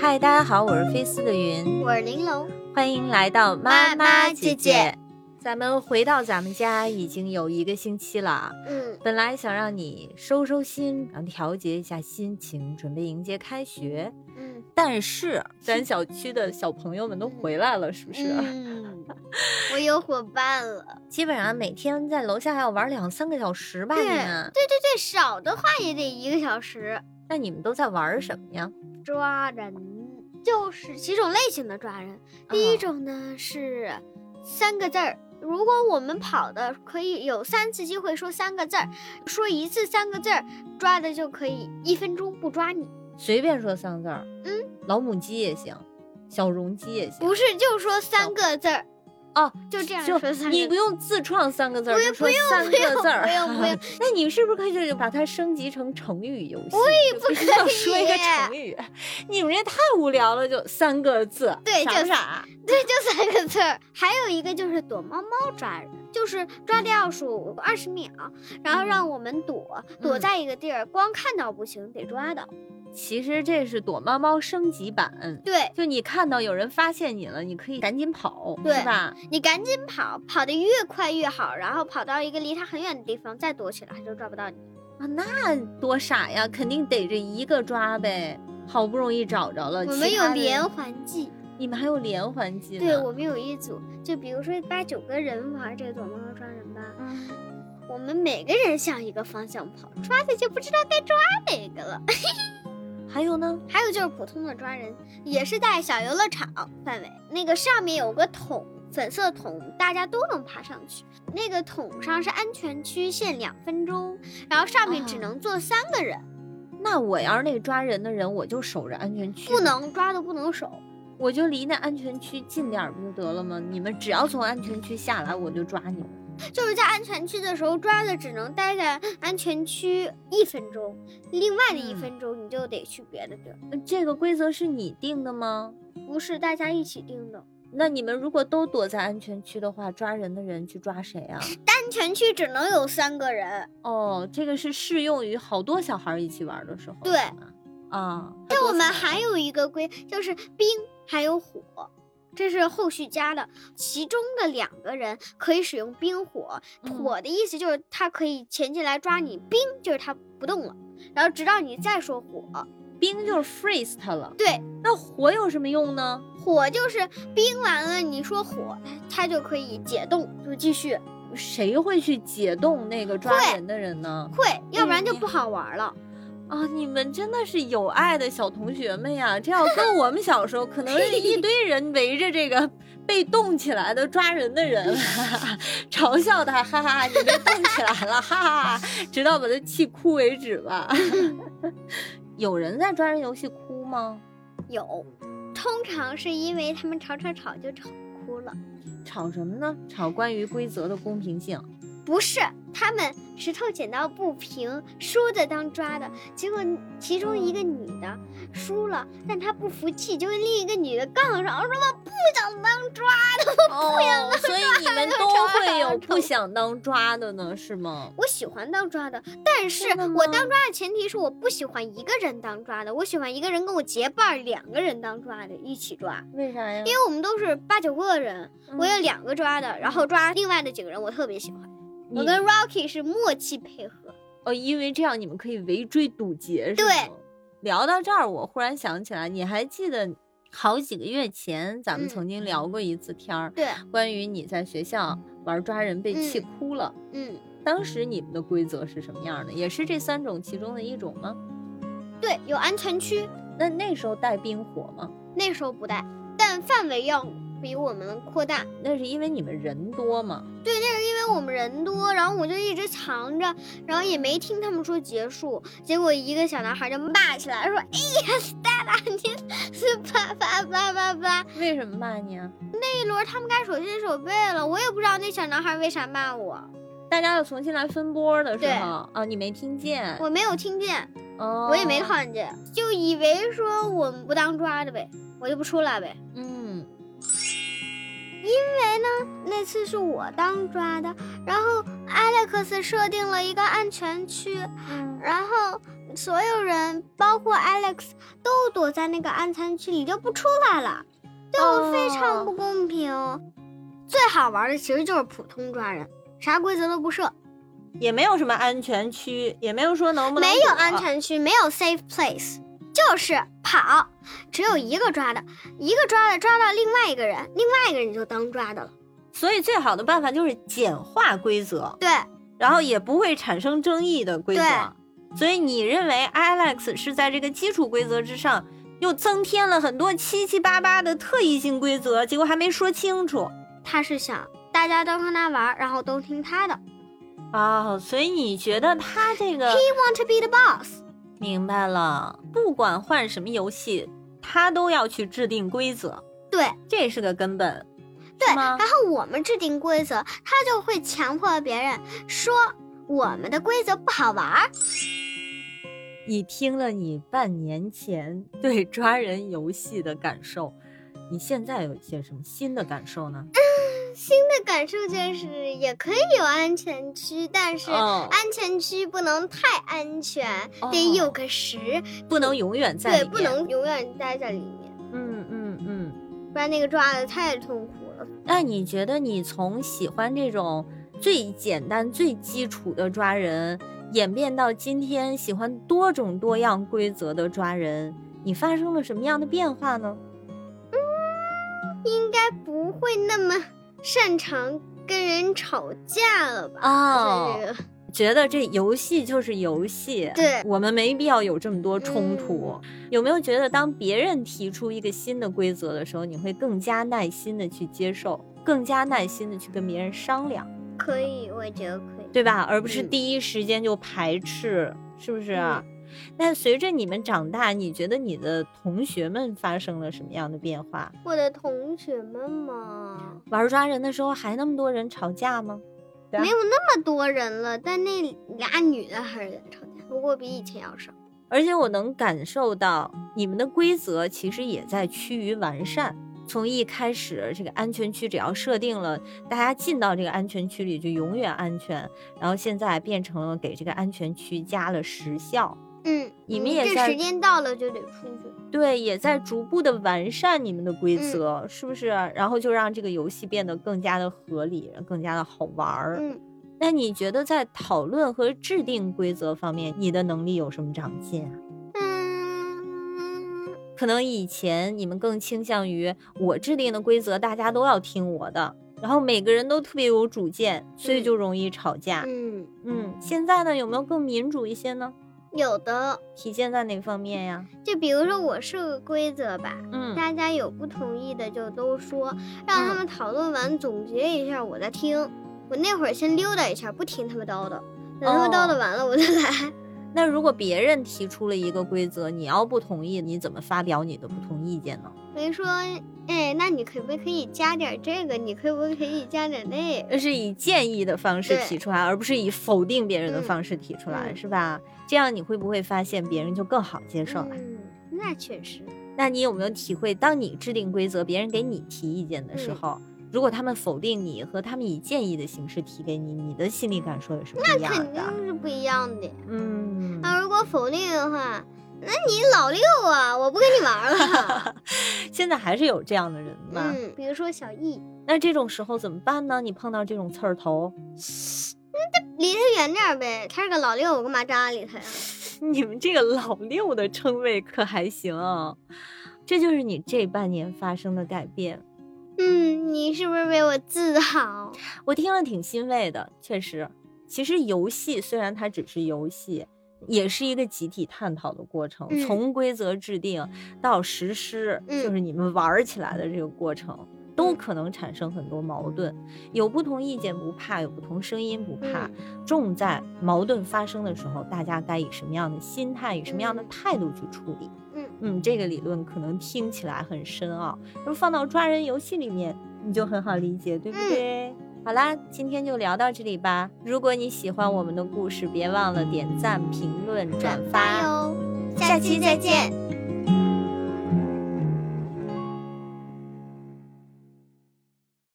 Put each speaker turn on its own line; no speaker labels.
嗨，大家好，我是菲斯的云，
我是玲珑，
欢迎来到
妈妈
妈姐
姐姐。
咱们回到咱们家已经有一个星期了啊，
嗯
本来想让你收收心，然后调节一下心情，准备迎接开学。
嗯，
但是咱小区的小朋友们都回来了，是不啊是？
嗯，我有伙伴了。
基本上每天在楼下还要玩两三个小时吧，
对
你们。
对对对，少的话也得一个小时。
那你们都在玩什么呀？
抓人就是几种类型的抓人，
嗯
第一种呢是三个字儿。如果我们跑的可以有三次机会说三个字儿，说一次三个字儿，抓的就可以一分钟不抓你。
随便说三个字儿，
嗯，
老母鸡也行，小容鸡也行。
不是，就说三个字儿，
哦，
就这样
就
说三
你
个
不
字儿。
用自创三个字儿，
不
就
用
说三
不用
个字儿。
不用不用
那你是不是可以把它升级成成语游戏？
也
就
不
必须
可
要说一个
以
成语。你们这太无聊了，就三个字，
对
傻不啊
就
傻？
对，就三个字儿。还有一个就是躲猫猫抓人，就是抓掉数二十秒，然后让我们躲，躲
嗯
在一个地儿，光看到不行，得抓到。
其实这是躲猫猫升级版。
对
就你看到有人发现你了，你可以赶紧跑，
对
是吧？
你赶紧跑，跑得越快越好，然后跑到一个离他很远的地方再躲起来，他就抓不到你。
啊，那多傻呀！肯定逮着一个抓呗，好不容易找着了。
我
其
们有
他的
连，环计，
你们还有连环计呢。
对我们有一组，就比如说八九个人玩这个躲猫猫抓人吧，
嗯
我们每个人向一个方向跑，抓的就不知道该抓哪个了。
还有呢？
还有就是普通的抓人，也是在小游乐场范围，那个上面有个桶，粉色桶，大家都能爬上去。那个桶上是安全区，限两分钟，然后上面只
啊
能坐三个人，
那我要是那抓人的人，我就守着安全区，
不，能抓的不能手。
我就离那安全区近点儿不就得了吗？你们只要从安全区下来，我就抓你们。
就是在安全区的时候抓的，只能待在安全区一分钟，另外的一
嗯
分钟你就得去别的地儿。
呃这个规则是你定的吗？
不是大家一起定的，
那你们如果都躲在安全区的话，抓人的人去抓谁 啊？
安全区只能有三个人。
哦，这个是适用于好多小孩儿一起玩儿的时候。
对
是吧，啊，
那我们还有一个规，就是冰还有火，这是后续加的。其中的两个人可以使用冰火，
嗯
火的意思就是他可以潜进来抓你，冰就是他不动了，然后直到你再说火。
冰就是 freeze 它了，
对，
那火有什么用呢？
火就是冰完了，你说火，它就可以解冻，就继续
谁会去解冻那个抓
会
人的人呢？
会，要不然就
你
不好玩了。
啊，你们真的是有爱的小同学们呀！这要跟我们小时候，可能是一堆人围着这个被冻起来的抓人的人，嘲笑他，哈哈，你被冻起来了，哈哈，直到把他气哭为止吧。 有人在抓人游戏哭吗？
有，通常是因为他们吵吵吵就吵哭了。
吵什么呢？吵关于规则的公平性。
不是，他们石头剪刀布平，输的当抓的。结果其中一个女的输了，但她不服气，就跟另一个女的杠上，说我不想当抓的，
哦，所以你们都会有不想当抓的呢，是吗？
我喜欢当抓的，但是
真的吗
我当抓的前提是我不喜欢一个人当抓的，我喜欢一个人跟我结伴儿，两个人当抓的一起抓。
为啥呀？
因为我们都是八九个人，
嗯
我有两个抓的，然后抓另外的几个人，我特别喜欢。我
你
跟 Rocky 是默契配合，
哦，因为这样你们可以围追堵截，是吗
对。
聊到这儿，我忽然想起来，你还记得好几个月前咱们
嗯
曾经聊过一次天儿，
对，
关于你在学校玩抓人被气哭了。
嗯。
当时你们的规则是什么样的？也是这三种其中的一种吗？
对，有安全区，
那那时候带冰火吗？
那时候不带，但范围要比我们扩大。
那是因为你们人多吗？
对，那是因为我们人多，然后我就一直藏着，然后也没听他们说结束。结果一个小男孩就骂起来，说：“哎呀，大大你是叭叭叭叭叭！
为什么骂你啊？
那一轮哎他们该手心手背了，我也不知道那小男孩为啥骂我，
大家要重新来分波的时
对
候啊，你没听见，
我没有听见，
哦，
我也没看见，就以为说我们不当抓的呗，我就不出来呗。”
嗯，
那次是我当抓的，然后艾利克斯设定了一个安全区，然后所有人，包括 Alex，都躲在那个安餐区里就不出来了，对
哦
我非常不公平。最好玩的其实就是普通抓人，啥规则都不设，
也没有什么安全区，也没有说能不能
没有
躲啊
安全区，没有 safe place，就是跑，只有一个抓的，一个抓的抓到另外一个人，另外一个人就当抓的了。
所以最好的办法就是简化规则，
对，
然后也不会产生争议的规则
对。
所以你认为 Alex 是在这个基础规则之上又增添了很多七七八八的特异性规则，结果还没说清楚
他是想大家都跟他玩，然后都听他的。
啊、所以你觉得他这个
He want to be the boss，
明白了？不管换什么游戏，他都要去制定规则，
对。
这是个根本。
对，
是吗
然后我们制定规则，他就会强迫别人说我们的规则不好玩儿。
你听了你半年前 对抓人游戏的感受，你现在有一些什么新的感受呢？
新的感受就是，也可以有安全区，但是哎
哦
安全区不能太安全，
哦
得有个时，
不能永远在
对，
里面
不。能永远待在里面，
嗯嗯嗯。
不然那个抓的太痛苦了。
那你觉得你从喜欢这种最简单、最基础的抓人，演变到今天喜欢多种多样规则的抓人，你发生了什么样的变化呢？
应该不会那么擅长跟人吵架了吧？
哦
就是这个
觉得这游戏就是游戏，
对嗯
我们没必要有这么多冲突。有没有觉得，当别人提出一个新的规则的时候，你会更加耐心的去接受，更加耐心的去跟别人商量，
可以，我觉得可以。
对吧？而不是
嗯
第一时间就排斥，是不是啊？那随着你们长大，你觉得你的同学们发生了什么样的变化？
我的同学 们嘛。
玩抓人的时候还那么多人吵架吗？对啊
没有那么多人了，但那俩女的还是在吵架，不过比以前要少。
而且我能感受到你们的规则其实也在趋于完善。从一开始，这个安全区只要设定了，大家进到这个安全区里就永远安全。然后现在变成了给这个安全区加了时效，
嗯，
你们也
这
在
时间到了就得出去。
对，也在逐步的完善你们的规则，是不是？然后就让这个游戏变得更加的合理，更加的好玩儿。
嗯，
那你觉得在讨论和制定规则方面，你的能力有什么长进啊？
嗯，
可能以前你们更倾向于我制定的规则，大家都要听我的，然后每个人都特别有主见，所以就容易吵架。
嗯，
嗯，现在呢，有没有更民主一些呢？
有的，
体现在哪方面呀？
就比如说我设个规则吧，
嗯
大家有不同意的就都说，让他们讨论完总结一下，我再听。我那会儿先溜达一下，不听他们叨叨，等他们
哦
叨叨完了我再来。
那如果别人提出了一个规则，你要不同意，你怎么发表你的不同意见呢？
我就说，哎，那你可不可以加点这个？你可不可以加点那个？
而呃是以建议的方式
对
提出来，而不是以否定别人的
嗯
方式提出来，
嗯
是吧？这样你会不会发现别人就更好接受了？
嗯，那确实，
那你有没有体会，当你制定规则，别人给你提意见的时
嗯
候，如果他们否定你，和他们以建议的形式提给你，你的心理感受也是不一样
肯
的。
定是啊不一样的呀。
嗯，
那如果否定的话，那你老六啊，我不跟你玩 了。
现在还是有这样的人嘛？
嗯，比如说小易，
那这种时候怎么办呢？你碰到这种刺儿头，
离他远点儿呗，他是个老六，我干嘛搭理他呀？
你们这个老六的称谓可还行啊？这就是你这半年发生的改变，
嗯，你是不是为我自豪？
我听了挺欣慰的，确实。其实游戏虽然它只是游戏，也是一个集体探讨的过程，
嗯
从规则制定到实施，
嗯
就是你们玩儿起来的这个过程，都
嗯
可能产生很多矛盾。有不同意见不怕，有不同声音不怕，
嗯
重在矛盾发生的时候，大家该以什么样的心态、以什么样的
嗯
态度去处理。
嗯
这个理论可能听起来很深奥，就放到抓人游戏里面，你就很好理解，对不
嗯
对？好啦，今天就聊到这里吧。如果你喜欢我们的故事，别忘了点赞、评论、转发。
哟，
下期再见。